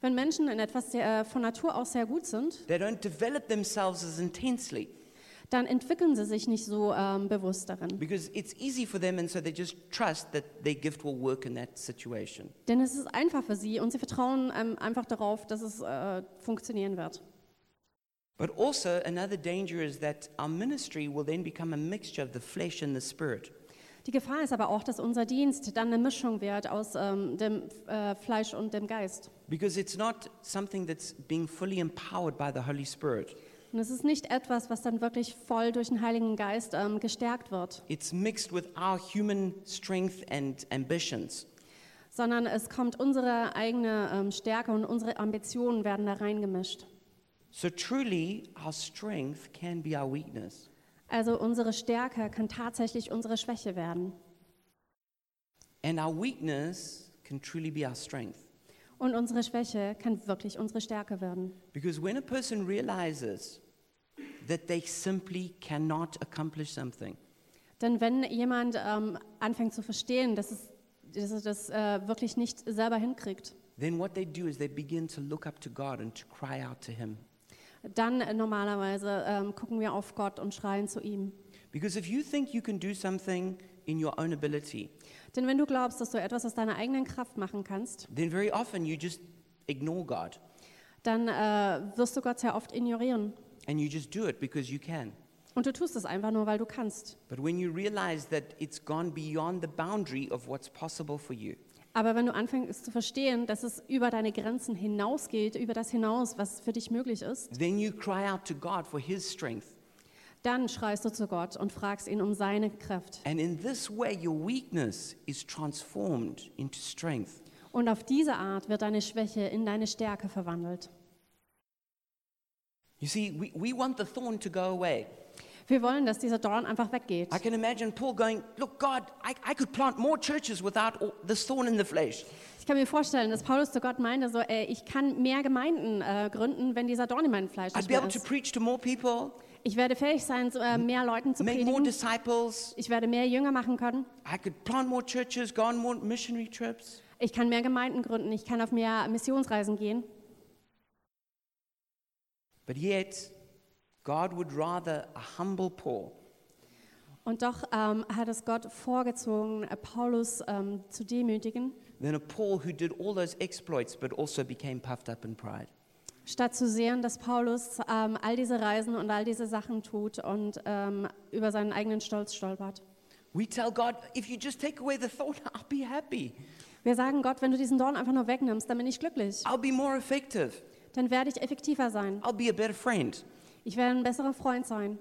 S2: Wenn Menschen in etwas sehr, äh, von Natur aus sehr gut sind,
S1: they don't develop themselves as intensely
S2: dann entwickeln sie sich nicht so ähm, bewusst darin.
S1: because it's easy for them, and so they just trust that their gift will work in that situation.
S2: Denn es ist einfach für sie und sie vertrauen ähm, einfach darauf, dass es äh, funktionieren wird.
S1: But also, another danger is that our ministry will then become a mixture of the flesh and the spirit.
S2: Die Gefahr ist aber auch, dass unser Dienst dann eine Mischung wird aus ähm, dem äh, Fleisch und dem Geist.
S1: Because it's not something that's being fully empowered by the Holy Spirit.
S2: Und es ist nicht etwas, was dann wirklich voll durch den Heiligen Geist ähm, gestärkt wird,
S1: It's mixed with our human strength and ambitions.
S2: sondern es kommt unsere eigene ähm, Stärke und unsere Ambitionen werden da reingemischt.
S1: So truly, our strength can be our weakness.
S2: Also unsere Stärke kann tatsächlich unsere Schwäche werden.
S1: And our weakness can truly be our strength.
S2: Und unsere Schwäche kann wirklich unsere Stärke werden.
S1: Because when a person realizes that they simply cannot accomplish something,
S2: Denn wenn jemand ähm, anfängt zu verstehen, dass, es, dass er das äh, wirklich nicht selber hinkriegt,
S1: then what they do is they begin to look up to God and to cry out to Him.
S2: dann äh, normalerweise ähm, gucken wir auf Gott und schreien zu ihm.
S1: Because if you think you can do something in your own ability,
S2: Denn wenn du glaubst, dass du etwas aus deiner eigenen Kraft machen kannst,
S1: then very often you just ignore God
S2: dann äh, wirst du Gott sehr oft ignorieren.
S1: and you just do it because you can.
S2: Und du tust es einfach nur, weil du kannst.
S1: But when you realize that it's gone beyond the boundary of what's possible for you,
S2: Aber wenn du anfängst zu verstehen, dass es über deine Grenzen hinausgeht, über das hinaus, was für dich möglich ist,
S1: then you cry out to God for His strength.
S2: dann schreist du zu Gott und fragst ihn um seine Kraft.
S1: And in this way, your weakness is transformed into strength.
S2: Und auf diese Art wird deine Schwäche in deine Stärke verwandelt.
S1: You see, we, we want the thorn to go away.
S2: Wir wollen, dass dieser Dorn einfach weggeht.
S1: I can imagine Paul going, Look, God, I, I could plant more churches without all, this thorn in the flesh.
S2: Ich kann mir vorstellen, dass Paulus zu Gott meinte, so, ey, ich kann mehr Gemeinden äh, gründen, wenn dieser Dorn in meinem Fleisch
S1: I'd
S2: nicht
S1: be
S2: mehr
S1: able to
S2: ist.
S1: preach to more people,
S2: Ich werde fähig sein, so, äh, mehr Leuten zu
S1: make more
S2: predigen.
S1: disciples.
S2: Ich werde mehr Jünger machen können.
S1: I could plant more churches, go on more missionary trips.
S2: Ich kann mehr Gemeinden gründen. Ich kann auf mehr Missionsreisen gehen.
S1: But yet, God would rather a humble Paul
S2: Und doch ähm, hat es Gott vorgezogen, äh, Paulus ähm, zu demütigen,
S1: than a Paul who did all those exploits but also became puffed up in pride.
S2: statt zu sehen, dass Paulus ähm, all diese Reisen und all diese Sachen tut und ähm, über seinen eigenen Stolz stolpert.
S1: We tell God, if you just take away the thorn, I'll be happy.
S2: Wir sagen Gott, wenn du diesen Dorn einfach nur wegnimmst, dann bin ich glücklich.
S1: I'll be more effective.
S2: Dann werde ich effektiver sein.
S1: I'll be a better friend.
S2: Ich werde ein besserer Freund sein.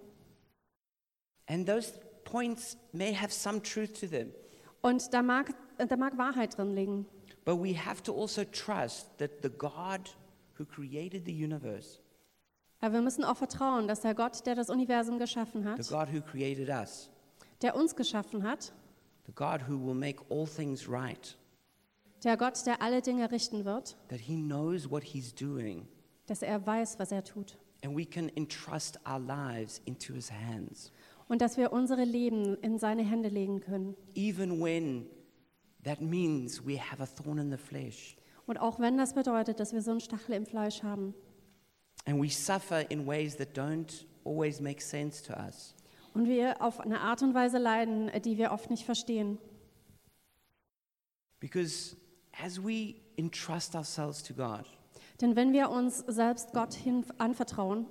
S1: And those points may have some truth to them,
S2: Und da mag, da mag Wahrheit drin liegen.
S1: but we have to also trust that the God who created the universe,
S2: Aber wir müssen auch vertrauen, dass der Gott, der das Universum geschaffen
S1: the
S2: hat,
S1: God who created us,
S2: der uns geschaffen hat,
S1: the God who will make all things right,
S2: der Gott, der alle Dinge richten wird,
S1: that He knows what He's doing,
S2: dass er weiß, was er tut.
S1: and we can entrust our lives into His hands,
S2: Und dass wir unsere Leben in seine Hände legen können.
S1: even when that means we have a thorn in the flesh
S2: Und auch wenn das bedeutet, dass wir so einen Stachel im Fleisch haben
S1: and we suffer in ways that don't always make sense to us.
S2: und wir auf eine Art und Weise leiden, die wir oft nicht verstehen.
S1: Because as we entrust ourselves to God,
S2: Denn wenn wir uns selbst Gott hin anvertrauen,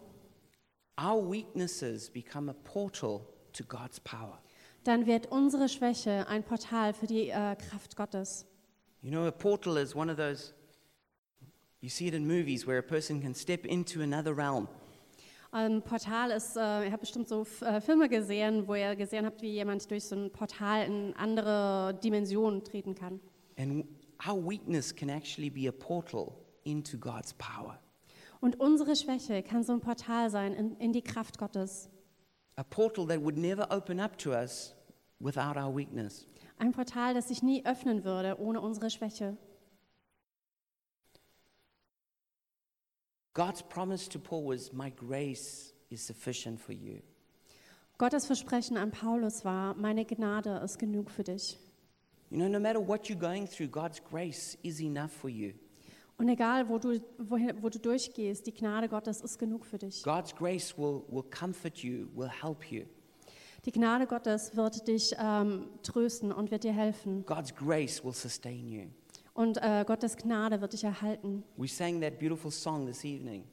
S1: Our weaknesses become a portal to God's power.
S2: dann wird unsere Schwäche ein Portal für die äh, Kraft Gottes.
S1: You know, a portal is one of those, you see it in movies where a person can step into another realm.
S2: Ein Ähm, Portal ist, äh, ihr habt bestimmt so F äh, Filme gesehen, wo ihr gesehen habt, wie jemand durch so ein Portal in andere Dimensionen treten kann.
S1: And our weakness can actually be a portal into God's power,
S2: Und unsere Schwäche kann so ein Portal sein in, in die Kraft Gottes.
S1: a portal that would never open up to us without our weakness.
S2: Ein Portal, das sich nie öffnen würde ohne unsere Schwäche.
S1: God's promise to Paul was, My grace is sufficient for you.
S2: Gottes Versprechen an Paulus war, meine Gnade ist genug für dich.
S1: You know, no matter what you're going through, God's grace is enough for you.
S2: Und egal, wo du, wohin, wo du durchgehst, die Gnade Gottes ist genug für dich.
S1: God's grace will, will comfort you, will help you.
S2: Die Gnade Gottes wird dich ähm, trösten und wird dir helfen.
S1: God's grace will sustain you.
S2: Und äh, Gottes Gnade wird dich erhalten.
S1: We sang that beautiful song this evening.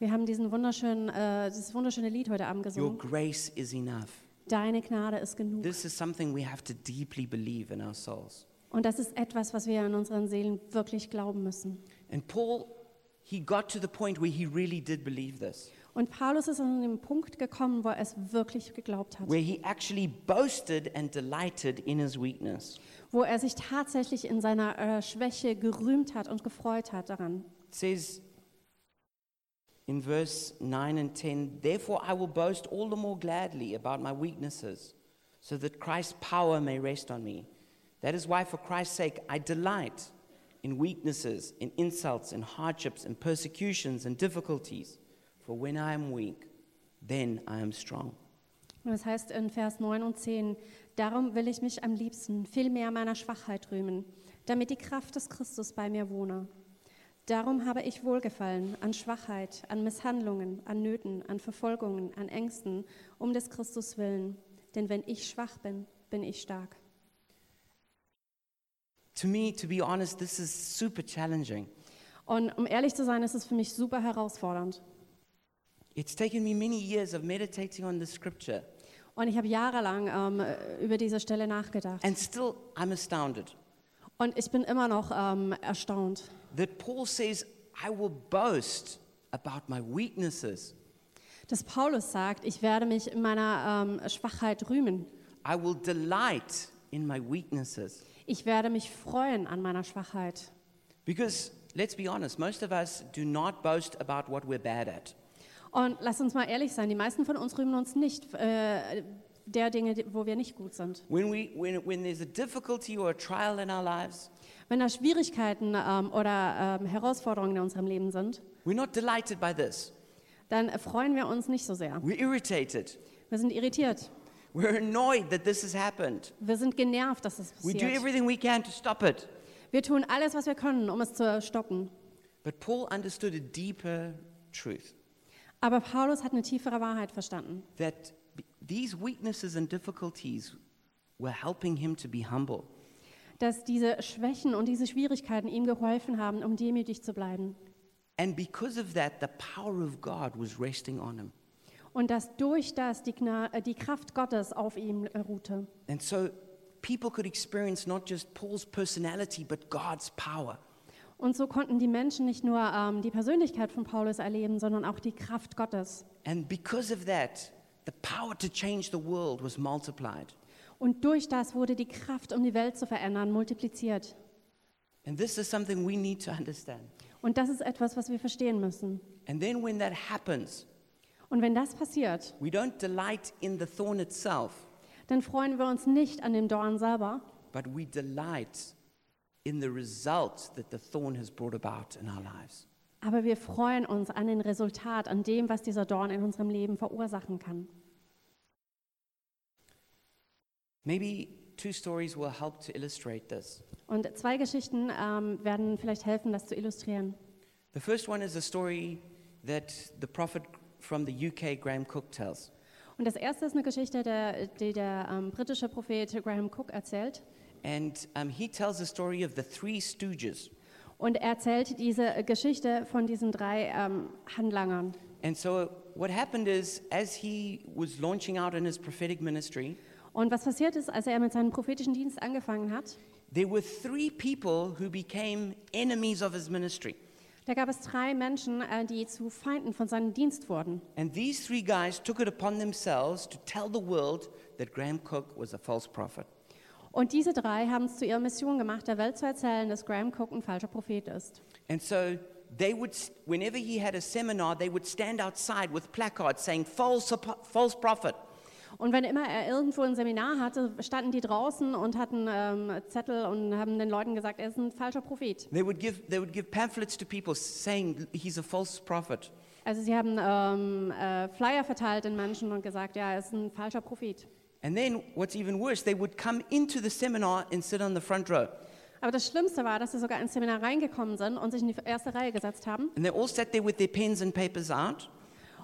S2: Wir haben diesen wunderschönen, äh, dieses wunderschöne Lied heute Abend
S1: Your
S2: gesungen.
S1: grace is enough.
S2: Deine Gnade ist genug.
S1: This is something we have to deeply believe in our souls.
S2: Und das ist etwas, was wir in unseren Seelen wirklich glauben müssen.
S1: And Paul, he got to the point where he really did believe this,
S2: Und Paulus ist an den Punkt gekommen, wo er es wirklich geglaubt hat,
S1: where he actually boasted and delighted in his weakness.
S2: wo er sich tatsächlich in seiner äh, Schwäche gerühmt hat und gefreut hat daran.
S1: It says in verse 9 and 10 Therefore I will boast all the more gladly about my weaknesses, so that Christ's power may rest on me. That is why, for Christ's sake, I delight in weaknesses, in insults, in hardships, in persecutions, and difficulties. For when I am weak, then I am strong.
S2: Und das heißt in Vers 9 und 10, darum will ich mich am liebsten viel mehr meiner Schwachheit rühmen, damit die Kraft des Christus bei mir wohne. Darum habe ich Wohlgefallen an Schwachheit, an Misshandlungen, an Nöten, an Verfolgungen, an Ängsten, um des Christus willen. Denn wenn ich schwach bin, bin ich stark.
S1: To me, to be honest, this is super challenging.
S2: Und um ehrlich zu sein, ist es für mich super herausfordernd.
S1: It's taken me many years of meditating on this scripture,
S2: Und ich habe jahrelang ähm, über diese Stelle nachgedacht.
S1: and still I'm astounded.
S2: Und ich bin immer noch ähm, erstaunt.
S1: that Paul says, I will boast about my weaknesses.
S2: dass Paulus sagt, ich werde mich in meiner ähm, Schwachheit rühmen.
S1: I will delight in my weaknesses.
S2: Ich werde mich freuen an meiner Schwachheit.
S1: Because let's be honest, most of us do not boast about what we're bad at.
S2: Und lasst uns mal ehrlich sein, die meisten von uns rühmen uns nicht äh, der Dinge, die- wo wir nicht gut sind.
S1: When, we, when, when there's a difficulty or a trial in our lives,
S2: Wenn da Schwierigkeiten ähm, oder ähm, Herausforderungen in unserem Leben sind,
S1: we're not delighted by this.
S2: dann freuen wir uns nicht so sehr.
S1: We're irritated.
S2: Wir sind irritiert.
S1: We're annoyed that this has happened.
S2: Wir sind genervt, dass es
S1: We do
S2: passiert.
S1: everything we can to stop it.
S2: Wir tun alles, was wir können, um es zu stoppen.
S1: But Paul understood a deeper truth
S2: Aber Paulus hat eine tiefere Wahrheit verstanden.
S1: that b- these weaknesses and difficulties were helping him to be humble.
S2: dass diese Schwächen und diese Schwierigkeiten ihm geholfen haben, um demütig zu bleiben.
S1: And because of that, the power of God was resting on him.
S2: Und dass durch das die, Gna äh, die Kraft Gottes auf ihm äh, ruhte.
S1: And so people could experience not just Paul's personality, but God's power.
S2: Und so konnten die Menschen nicht nur ähm, die Persönlichkeit von Paulus erleben, sondern auch die Kraft Gottes.
S1: And because of that, the power to change the world was multiplied.
S2: Und durch das wurde die Kraft, um die Welt zu verändern, multipliziert.
S1: And this is something we need to understand.
S2: Und das ist etwas, was wir verstehen müssen.
S1: And then when that happens,
S2: Und wenn das passiert,
S1: we don't delight in the thorn itself,
S2: dann freuen wir uns nicht an dem Dorn selber,
S1: but we delight in the results that the thorn has brought about in our lives.
S2: aber wir freuen uns an dem Resultat, an dem, was dieser Dorn in unserem Leben verursachen kann.
S1: Maybe two stories will help to illustrate this.
S2: Und zwei Geschichten ähm, werden vielleicht helfen, das zu illustrieren.
S1: The first one is a story that the prophet from the UK, Graham Cook, tells.
S2: Und das erste ist eine Geschichte, der, die der ähm, britische Prophet Graham Cook erzählt.
S1: And um, he tells the story of the three stooges.
S2: Und er erzählt diese Geschichte von diesen drei ähm, Handlangern.
S1: And so uh, what happened is, as he was launching out in his prophetic ministry,
S2: Und was passiert ist, als er mit seinem prophetischen Dienst angefangen hat,
S1: there were three people who became enemies of his ministry.
S2: da gab es drei Menschen, äh, die zu Feinden von seinem Dienst wurden.
S1: And these three guys took it upon themselves to tell the world that Graham Cook was a false prophet.
S2: Und diese drei haben es zu ihrer Mission gemacht, der Welt zu erzählen, dass Graham Cook ein falscher Prophet ist.
S1: And so they would, whenever he had a seminar, they would stand outside with placards saying, false, apo- false prophet.
S2: Und wenn immer er irgendwo ein Seminar hatte, standen die draußen und hatten ähm, Zettel und haben den Leuten gesagt, er ist ein falscher Prophet.
S1: They would, give, they would give pamphlets to people saying he's a false prophet.
S2: Also sie haben ähm, äh, Flyer verteilt in Menschen und gesagt, ja, er ist ein falscher Prophet.
S1: And then, what's even worse, they would come into the seminar and sit on the front row.
S2: Aber das Schlimmste war, dass sie sogar ins Seminar reingekommen sind und sich in die erste Reihe gesetzt haben.
S1: And they all sat there with their pens and papers out.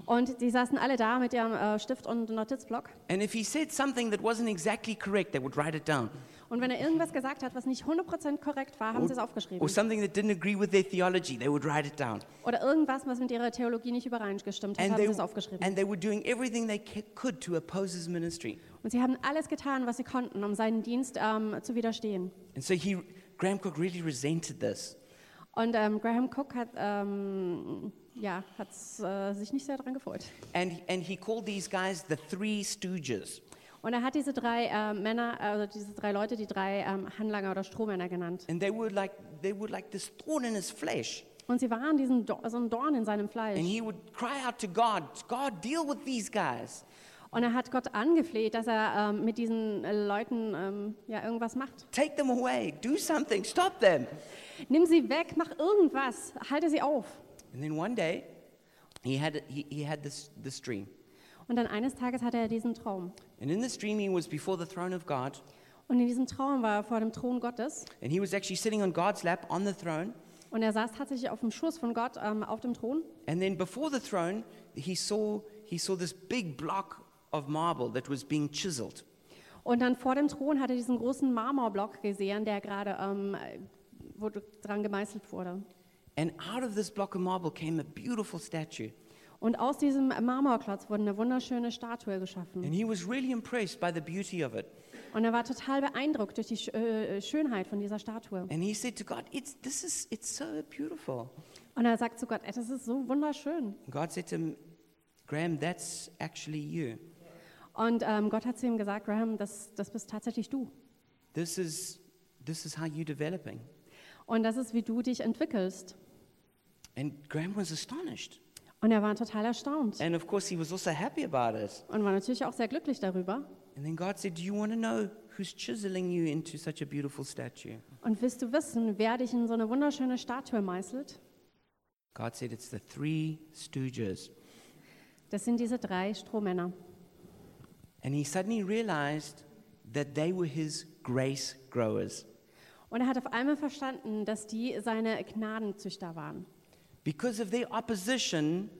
S2: Und die saßen alle da mit ihrem äh, Stift und Notizblock.
S1: And if he said something that wasn't exactly correct, they would write it down.
S2: Und wenn er irgendwas gesagt hat, was nicht 100% korrekt war, haben sie es
S1: Or
S2: aufgeschrieben.
S1: something that didn't agree with their theology, they would write it down.
S2: Oder irgendwas, was mit ihrer Theologie nicht übereingestimmt hat,
S1: And
S2: haben
S1: they,
S2: sie es aufgeschrieben.
S1: and they were doing everything they ca- could to oppose his ministry.
S2: Und sie haben alles getan, was sie konnten, um seinen Dienst ähm, zu widerstehen.
S1: And so he, Graham Cook really resented this.
S2: Und ähm, Graham Cook hat ähm, ja, hat's, äh, sich nicht sehr daran gefreut.
S1: And, and he called these guys the Three Stooges.
S2: Und er hat diese drei äh, Männer, also diese drei Leute, die drei ähm, Handlanger oder Strohmänner genannt.
S1: And they were like, they were like this thorn in his flesh.
S2: Und sie waren diesen Do so ein Dorn in seinem
S1: And
S2: Fleisch.
S1: he would cry out to God, God, deal with these guys.
S2: Und er hat Gott angefleht, dass er ähm, mit diesen äh, Leuten ähm, ja irgendwas macht.
S1: Take them away. Do something. Stop them.
S2: Nimm sie weg, mach irgendwas, halte sie auf.
S1: And then one day, he had, he, he had this, this dream.
S2: Und dann eines Tages hatte er diesen Traum.
S1: And in this dream, he was before the throne of God.
S2: Und in diesem Traum war er vor dem Thron Gottes.
S1: And he was actually sitting on God's lap on the throne.
S2: Und er saß tatsächlich auf dem Schoß von Gott ähm, auf dem Thron.
S1: And then before the throne, he saw, he saw this big block of marble that was being chiseled.
S2: Und dann vor dem Thron hatte er diesen großen Marmorblock gesehen, der gerade ähm, wo dran gemeißelt wurde.
S1: And out of this block of marble came a beautiful statue.
S2: Und aus diesem Marmorklotz wurde eine wunderschöne Statue geschaffen.
S1: And he was really impressed by the beauty of it.
S2: Und er war total beeindruckt durch die Sch äh, Schönheit von dieser Statue.
S1: And he said to God, it's, this is, it's so beautiful.
S2: Und er sagt zu Gott, "Ey, das ist so wunderschön.
S1: And God said to him, Graham, that's actually you.
S2: Und ähm, Gott hat zu ihm gesagt, Graham, das, das bist tatsächlich du.
S1: This is, this is how you're developing.
S2: Und das ist, wie du dich entwickelst.
S1: And Graham was astonished.
S2: Und er war total erstaunt
S1: And of course, he was also happy about it.
S2: und war natürlich auch sehr glücklich darüber.
S1: And then God said, Do you want to know who's chiseling you into such a beautiful statue?
S2: Und willst du wissen, wer dich in so eine wunderschöne Statue meißelt?
S1: God said, It's the three stooges.
S2: Das sind diese drei Strohmänner.
S1: And he suddenly realized that they were his grace growers.
S2: Und er hat auf einmal verstanden, dass die seine Gnadenzüchter waren.
S1: Because of their opposition,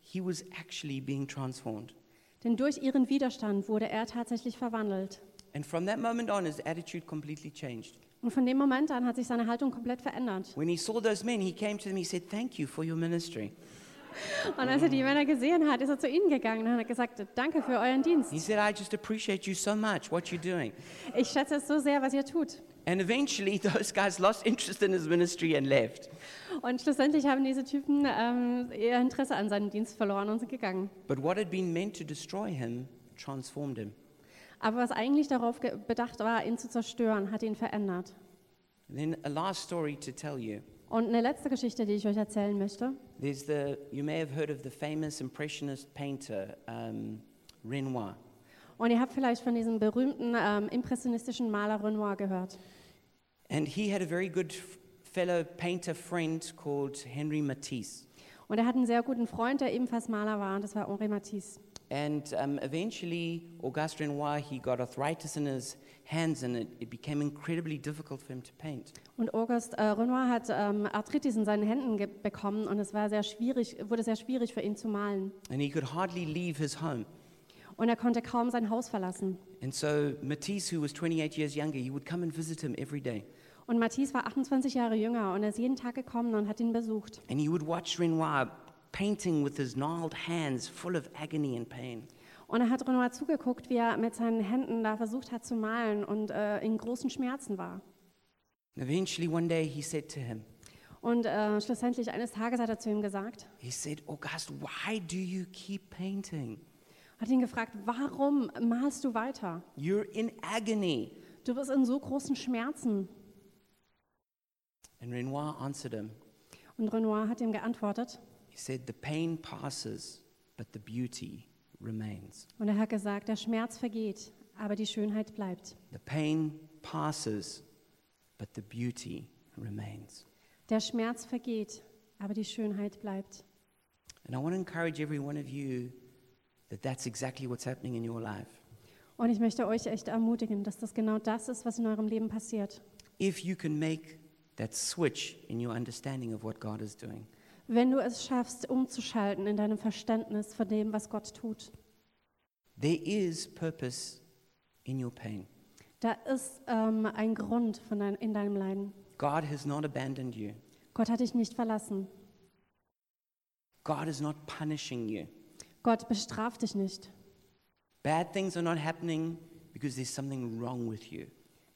S1: he was actually being transformed.
S2: Denn durch ihren Widerstand wurde er tatsächlich verwandelt.
S1: And from that moment on, his attitude completely changed.
S2: Und von dem Moment an hat sich seine Haltung komplett verändert.
S1: When he saw those men, he came to them, he said, Thank you for your ministry.
S2: Und als er die Männer gesehen hat, ist er zu ihnen gegangen und hat gesagt, danke für euren Dienst.
S1: He said, I just appreciate you so much, what you're doing.
S2: Ich schätze es so sehr, was ihr tut.
S1: And eventually, those guys lost interest in his ministry and left.
S2: Und schlussendlich haben diese Typen ähm, ihr Interesse an seinem Dienst verloren und sind gegangen.
S1: But what had been meant to destroy him transformed him.
S2: Aber was eigentlich darauf ge- bedacht war, ihn zu zerstören, hat ihn verändert.
S1: And then a last story to tell you.
S2: Und eine letzte Geschichte, die ich euch erzählen möchte.
S1: There's the you may have heard of the famous impressionist painter um, Renoir.
S2: Und ihr habt vielleicht von diesem berühmten ähm, impressionistischen Maler Renoir gehört.
S1: And he had a very good f- fellow painter friend called Henri Matisse.
S2: Und er hat einen sehr guten Freund, der ebenfalls Maler war, und das war Henri Matisse.
S1: And um, eventually, Auguste Renoir, he got arthritis in his hands and it, it became incredibly difficult for him to paint.
S2: Und August äh, Renoir hat ähm, Arthritis in seinen Händen ge- bekommen und es war sehr schwierig, wurde sehr schwierig für ihn zu malen.
S1: And he could hardly leave his home.
S2: Und er konnte kaum sein Haus verlassen.
S1: And so Matisse, who was 28 years younger, he would come and visit him every day.
S2: Und Matisse war 28 Jahre jünger und er ist jeden Tag gekommen und hat ihn besucht.
S1: And he would watch Renoir painting with his gnarled hands full of agony and pain.
S2: Und er hat Renoir zugeguckt, wie er mit seinen Händen da versucht hat zu malen und äh, in großen Schmerzen war.
S1: And eventually, one day, he said to him,
S2: Und äh, schlussendlich eines Tages hat er zu ihm gesagt,
S1: He said, Auguste, why do you keep painting?
S2: hat ihn gefragt, warum malst du weiter?
S1: You're in agony.
S2: Du bist in so großen Schmerzen.
S1: And Renoir answered him.
S2: Und Renoir hat ihm geantwortet
S1: He said, The pain passes, but the beauty remains.
S2: und er hat gesagt, der Schmerz vergeht, aber die Schönheit bleibt.
S1: The pain passes, but the beauty remains.
S2: Der Schmerz vergeht, aber die Schönheit bleibt.
S1: And I want to encourage every one of you that that's exactly what's happening in your life.
S2: Und ich möchte euch echt ermutigen, dass das genau das ist, was in eurem Leben passiert.
S1: If you can make that switch in your understanding of what God is doing.
S2: Wenn du es schaffst, umzuschalten in deinem Verständnis von dem, was Gott tut,
S1: There is purpose in your pain.
S2: da ist ähm, ein Grund von dein, in deinem Leiden.
S1: God has not abandoned you.
S2: Gott hat dich nicht verlassen.
S1: God is not punishing you.
S2: Gott bestraft dich nicht.
S1: Bad things are not happening because there's something wrong with you.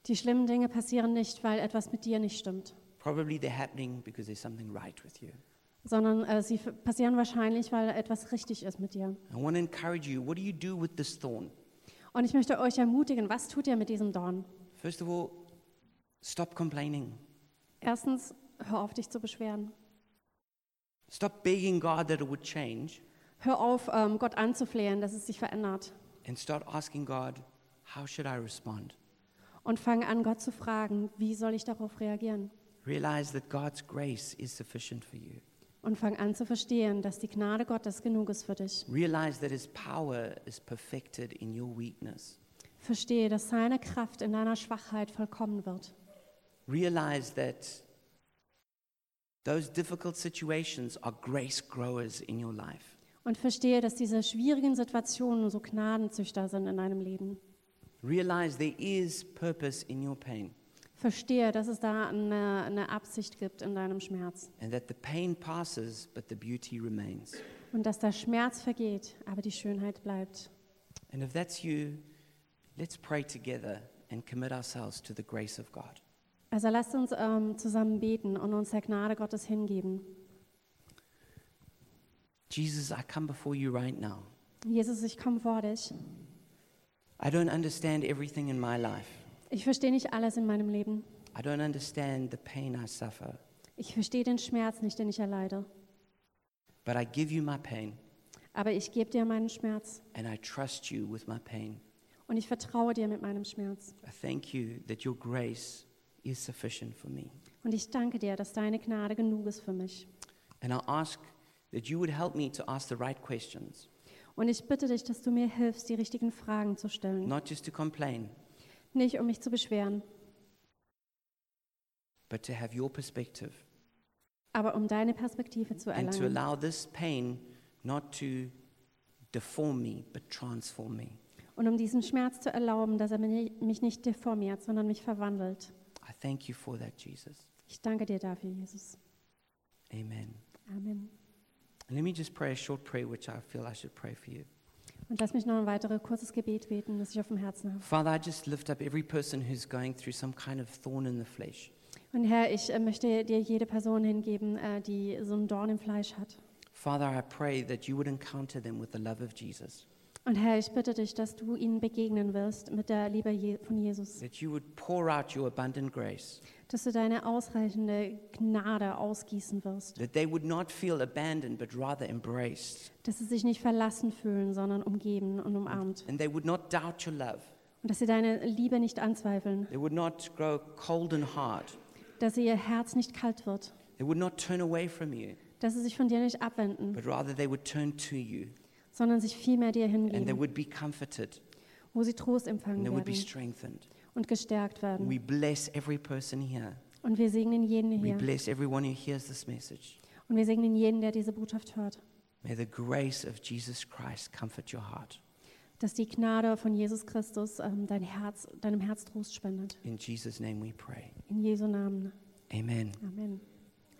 S2: Die schlimmen Dinge passieren nicht, weil etwas mit dir nicht stimmt,
S1: Probably they're happening because there's something right with you.
S2: sondern äh, sie f- passieren wahrscheinlich, weil etwas richtig ist mit dir.
S1: I want to encourage you what do you do with this thorn?
S2: Und ich möchte euch ermutigen, was tut ihr mit diesem Dorn?
S1: First of all, stop complaining.
S2: Erstens, hör auf, dich zu beschweren.
S1: Stop begging God that it would change
S2: Hör auf, ähm, Gott anzuflehen, dass es sich verändert.
S1: and start asking God, how should I respond?
S2: Und fang an, Gott zu fragen, wie soll ich darauf reagieren?
S1: Realize that God's grace is sufficient for you.
S2: Und fang an zu verstehen, dass die Gnade Gottes genug ist für dich.
S1: Realize that His power is perfected in your weakness.
S2: Verstehe, dass seine Kraft in deiner Schwachheit vollkommen wird.
S1: Realize that those difficult situations are grace growers in your life.
S2: Und verstehe, dass diese schwierigen Situationen so Gnadenzüchter sind in deinem Leben.
S1: Realize there is purpose in your pain
S2: Verstehe, dass es da eine, eine Absicht gibt in deinem Schmerz.
S1: and that the pain passes, but the beauty remains.
S2: Und dass der Schmerz vergeht, aber die Schönheit bleibt.
S1: And if that's you, let's pray together and commit ourselves to the grace of God.
S2: Also lasst uns ähm, zusammen beten und uns der Gnade Gottes hingeben.
S1: Jesus, I come before you right now.
S2: Jesus, ich komme vor dich.
S1: I don't understand everything in my life.
S2: Ich verstehe nicht alles in meinem Leben.
S1: I don't understand the pain I suffer,
S2: Ich verstehe den Schmerz nicht, den ich erleide.
S1: but I give you my pain
S2: Aber ich gebe dir meinen Schmerz
S1: and I trust you with my pain.
S2: und ich vertraue dir mit meinem Schmerz.
S1: I thank you that your grace is sufficient for me.
S2: Und ich danke dir, dass deine Gnade genug ist für mich.
S1: And I ask that you would help me to ask the right questions,
S2: Und ich bitte dich, dass du mir hilfst, die richtigen Fragen zu stellen.
S1: not just to complain,
S2: Nicht, um mich zu beschweren,
S1: but to have your perspective
S2: aber um deine Perspektive zu
S1: and to
S2: erlangen.
S1: allow this pain not to deform me, but transform me.
S2: Und um diesen Schmerz zu erlauben, dass er mi- mich nicht deformiert, sondern mich verwandelt.
S1: I thank you for that, Jesus.
S2: Ich danke dir dafür, Jesus.
S1: Amen.
S2: Amen.
S1: And let me just pray a short prayer, which I feel I should pray for you.
S2: Und lass mich noch ein weiteres kurzes Gebet beten, das ich auf dem Herzen habe.
S1: Father, I just lift up every person who's going through some kind of thorn in the flesh.
S2: Und Herr, ich äh, möchte dir jede Person hingeben, äh, die so einen Dorn im Fleisch hat.
S1: Father, I pray that you would encounter them with the love of Jesus,
S2: Und Herr, ich bitte dich, dass du ihnen begegnen wirst mit der Liebe Je von Jesus,
S1: that you would pour out your abundant grace,
S2: dass du deine ausreichende Gnade ausgießen wirst,
S1: that they would not feel abandoned but rather embraced,
S2: dass sie sich nicht verlassen fühlen, sondern umgeben und umarmt
S1: and they would not doubt your love,
S2: und dass sie deine Liebe nicht anzweifeln,
S1: they would not grow cold and hard,
S2: dass ihr Herz nicht kalt wird,
S1: they would not turn away from you,
S2: dass sie sich von dir nicht abwenden,
S1: but rather they would turn to you,
S2: sondern sich vielmehr dir
S1: and they
S2: hingeben,
S1: would be comforted,
S2: wo sie Trost
S1: and
S2: empfangen
S1: they would be
S2: werden
S1: strengthened.
S2: und gestärkt werden.
S1: We bless every person here.
S2: Und wir segnen jeden
S1: We
S2: hier.
S1: bless everyone who hears this message.
S2: Und wir segnen jeden, der diese Botschaft hört,
S1: May the grace of Jesus Christ comfort your heart.
S2: dass die Gnade von Jesus Christus ähm, dein Herz, deinem Herz Trost spendet.
S1: In Jesus' name we pray.
S2: In Jesu Namen.
S1: Amen.
S2: Amen.